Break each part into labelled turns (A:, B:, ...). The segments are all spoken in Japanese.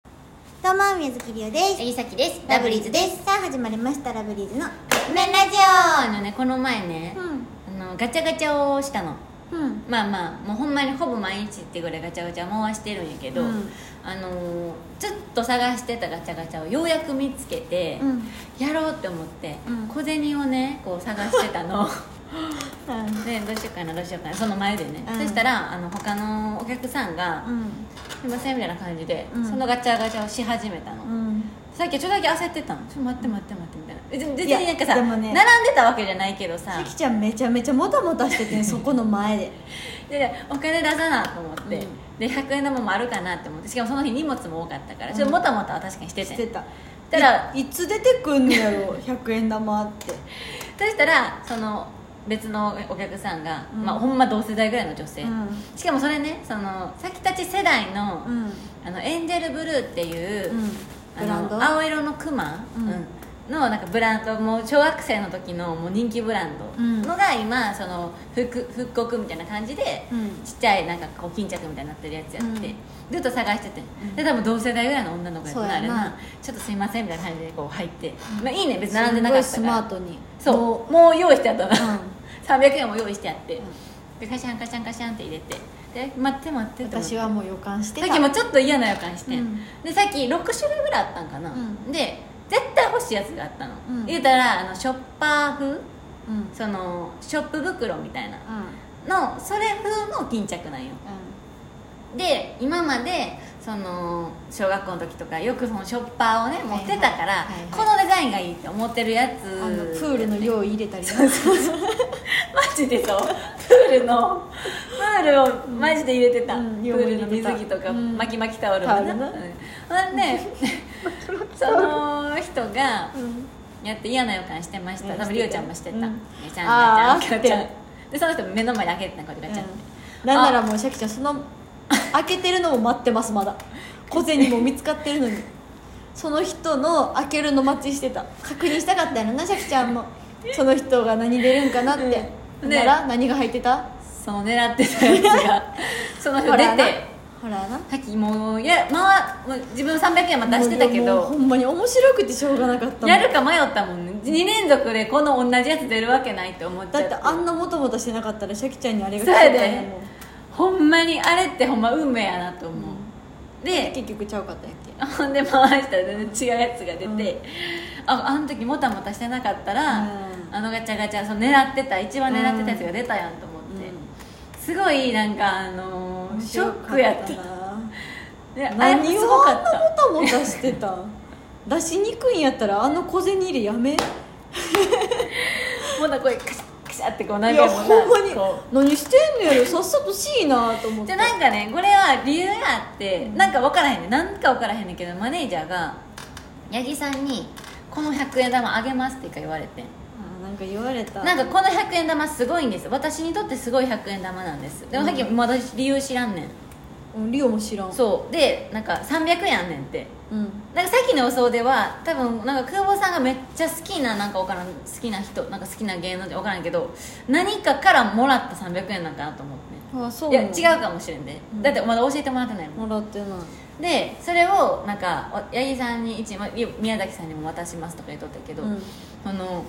A: どうも宮崎りおです
B: えりさきです
A: ラブリーズですさあ始まりましたラブリーズの
B: メンラジオのねこの前ね、あのガチャガチャをしたの
A: うんうん
B: まあまあもうほんまにほぼ毎日ってぐらいガチャガチャ回してるんやけど、
A: うん
B: あのーずっと探してたガチャガチャをようやく見つけて、
A: うん
B: やろうって思って、
A: うん
B: 小銭をねこう探してたの
A: うん
B: でどうしようかなどうしようかなその前でね、
A: うん
B: そしたらあの他のお客さんが「すいません」みたいな感じで、
A: うん
B: そのガチャガチャをし始めたの、
A: うん
B: さっきちょっとだけ焦ってたの「ちょ待って待って待って」みたいな別に別
A: いや
B: になんかさ
A: で、もね
B: 並んでたわけじゃないけどさ
A: さきちゃんめちゃめちゃもたもたして てそこの前で
B: でお金出さなと思って、
A: うん
B: で100円玉もあるかなって思ってしかもその日荷物も多かったからちょっともたもたは確かにしてて、
A: してた
B: たら
A: いいつ出てくんのやろ100円玉って
B: そしたらその別のお客さんが、
A: うん
B: まあ、ほんま同世代ぐらいの女性、
A: うん
B: しかもそれねそのさきたち世代の,、
A: うん
B: あのエンジェルブルーっていう、
A: うん
B: あ
A: ブランド
B: の青色のクマ、
A: うん
B: うんのなんかブランドもう小学生の時のもう人気ブランド
A: うん
B: のが今その復復刻みたいな感じで、
A: うん
B: ちっちゃいなんかこう巾着みたいになってるやつやって、
A: うん
B: ずっと探してて、
A: うん
B: で多分同世代ぐらいの女の子やった
A: そう
B: な
A: や
B: あれ
A: な
B: なちょっとすいませんみたいな感じでこう入って、まあ、いいね別に並んでなかった
A: す
B: か
A: ごいスマ
B: ら
A: ートに
B: そうもう用意してあった
A: う
B: な、
A: ん
B: 300円も用意してあって、
A: うん
B: でカシャンカシャンカシャンって入れてで待って待ってって思って
A: 私はもう予感して
B: さ
A: た
B: っきもちょっと嫌な予感して、
A: うん
B: でさっき6種類ぐらいあったんかな、
A: うん
B: で絶対欲しいやつがあったの、
A: うん
B: 言うたらあのショッパー風
A: うんうん
B: そのショップ袋みたいなのそれ風の巾着なんよで今までその小学校の時とかよくそのショッパーをね持ってた
A: はい
B: から、
A: はいはいはい
B: このデザインがいいって思ってるやつ
A: あのプールの用意入れたりな
B: マジでそうプールのプールをマジで入れてた、
A: うん
B: プールの水着とか、
A: うん
B: 巻き巻きタオルも
A: タオルな
B: うんほんで その人が
A: うん
B: やって嫌な予感してました
A: うん
B: 多分りおちゃんもしてた、
A: うん
B: ガチャン
A: あー
B: ガチャンガチャンでその人目の前で開けてたこうやってガチャンって、
A: うんなんならもうシャキちゃんその開けてるのも待ってますまだ小銭も見つかってるのにその人の開けるの待ちしてた確認したかったやろなシャキちゃんもその人が何出るんかなって、
B: うんね
A: なら何が入ってた
B: その狙ってたやつ がその人
A: ほ
B: 出
A: らな
B: て
A: ほらな
B: さっきもういや、まあ、もう自分300円も出してたけ
A: もうもう
B: ど
A: ほんまに面白くてしょうがなかったもん
B: やるか迷ったもんね2連続でこの同じやつ出るわけないって思っち
A: だ
B: ゃっ
A: っててあんなもともとしてなかったらシャキちゃんにあれが
B: そうや
A: たん
B: で
A: もん
B: ほんまにあれってほんま運命やなと思う、で
A: 結局ちゃうかったやっけ
B: ほんで回したら全然違うやつが出て、
A: うん
B: ああの時もたもたしてなかったら、
A: うん
B: あのガチャガチャその狙ってた一番狙ってたやつが出たやんと思って、
A: う
B: すごいなんかあのー
A: ん
B: ショックやっ
A: 面白
B: た
A: かな
B: であれも
A: 何
B: す
A: を
B: ご
A: あ
B: か
A: ん
B: っ
A: なも
B: た
A: たもたしてたん出しにくいんやったらあの小銭入れやめい
B: もうなんかこうカシャカシャってこう何
A: や
B: 回もさ
A: ほんまに
B: こう
A: 何してんのやろさっさとしいなと思っ
B: じ
A: て
B: ゃあなんかねこれは理由があって、なんか分からへんねなんか分からへんねんけどマネージャーが八木さんに「この100円玉あげます」って一回言われて
A: あなんか言われた
B: なんかこの100円玉すごいんです私にとってすごい100円玉なんですでもさっきまだ理由知らんねん、
A: うんリオも知らん
B: そうでなんか300円あんねんって
A: うん
B: なんかさっきの予想では多分なんか久保さんがめっちゃ好きななんかわからん好きな人なんか好きな芸能人わからんけど何かからもらった300円なんかなと思って
A: あそう
B: いや
A: なの
B: 違うかもしれんで、
A: うん
B: だってまだ教えてもらってないもん
A: もらってない
B: でそれをなんかお八木さんに一枚い宮崎さんにも渡しますとか言っとったけど、
A: うん
B: その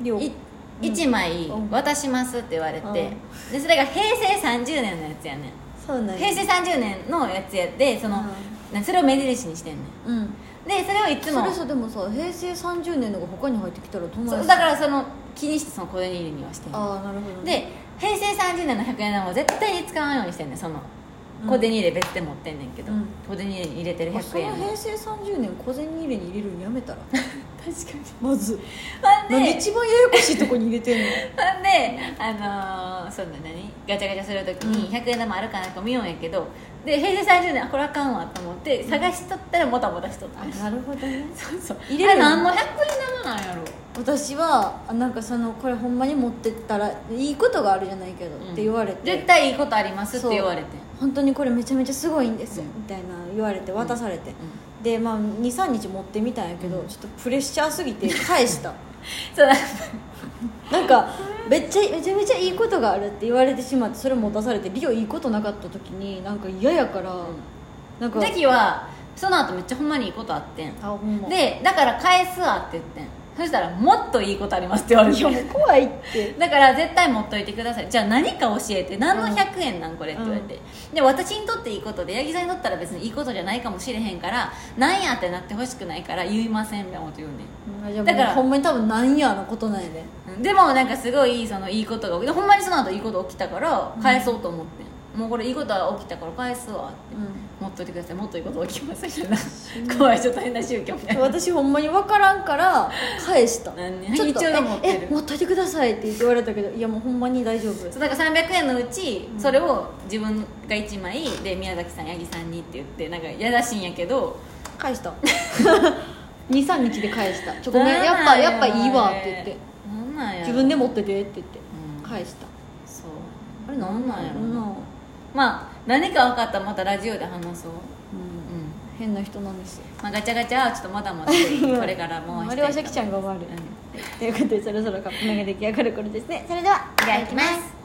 A: リオ
B: い1枚
A: うん
B: 渡しますって言われて、でそれが平成30年のやつやね
A: そうなん
B: ん
A: や
B: 平成30年のやつやでその、なそれを目印にしてんねん
A: うん
B: でそれをいつ
A: そ
B: も
A: れさでもさ平成30年のが他に入ってきたら友
B: そう
A: 達
B: だからその気にしてその小銭入れにはしてんねん
A: ああなるほどね
B: で平成30年の100円玉を絶対に使わないようにしてんねんその小銭入れ別で持ってんねんけど、
A: うん
B: 小銭入れに入れてる
A: あそ
B: 100
A: の
B: 円を
A: 平成30年小銭入れに入れるんやめたら
B: 確かに
A: まず
B: なんで
A: なんで一番ややこしいとこに入れてんの
B: ほん で、あのー、そうだ何ガチャガチャするときに100円玉あるかなんか見ようんやけどで平成30年あこれあかんわと思って探しとったらもたもたしとった、
A: なるほどね
B: そうそう
A: 入
B: 入
A: れ
B: れ
A: る
B: る
A: の
B: 何の100円玉なんやろ
A: 私はあなんかそのこれほんまに持ってったらいいことがあるじゃないけど、って言われて
B: 絶対いいことありますって言われて
A: そう本当にこれめちゃめちゃすごいんです、
B: うん
A: みたいな言われて渡されて、
B: う
A: でまあ23日持ってみたんやけど、
B: うん
A: ちょっとプレッシャーすぎて返した
B: そうだ
A: なんかめっちゃめちゃめちゃいいことがあるって言われてしまってそれ持たされてリオいいことなかった時になんか嫌やから、なんか
B: 時はその後めっちゃほんまにいいことあってん
A: あほんま
B: でだから返すわって言ってんそしたら「もっといいことあります」って言われ
A: いやも
B: て
A: う怖いって
B: だから絶対持っといてくださいじゃあ何か教えて何の100円なんこれって言われて、で私にとっていいことで八木さんにとったら別にいいことじゃないかもしれへんからなんやってなってほしくないから言いませんみたいなこと 言うねん
A: だ
B: だ
A: か
B: からら
A: ほんまに多分なんやのことなんやで
B: うんでもなんかすごいそのいいことが起きてほんまにその後いいこと起きたから返そうと思って、もうこれいいことが起きたから返すわって、
A: う
B: もっといてくださいもっといいこと起きます みたいな怖いちょっと変な宗教みたいな
A: 私ほんまに分からんから返した
B: 何
A: ちょっと
B: 一応持ってる
A: ええ持っといてくださいって言われたけどいやもうほんまに大丈夫
B: そうなんか300円のうち
A: うん
B: それを自分が1枚で宮崎さん八木さんにって言ってなんかやらしいんやけど
A: 返した 23日で返した「ちょごめんやっぱやっぱいいわ」って言って
B: なんなんや
A: 「
B: ろ
A: 自分で持ってて」って言って
B: うん
A: 返した
B: そう
A: あれなんなんやろな、
B: まあ何か分かったらまたラジオで話そう
A: うん
B: うん
A: 変な人なんですよ
B: まあ、ガチャガチャはちょっとま だまだこれからもう
A: あれはシャキちゃんが悪い、
B: うん
A: ということでそろそろカップ麺が出来上がる頃ですねそれでは
B: じゃあ行きます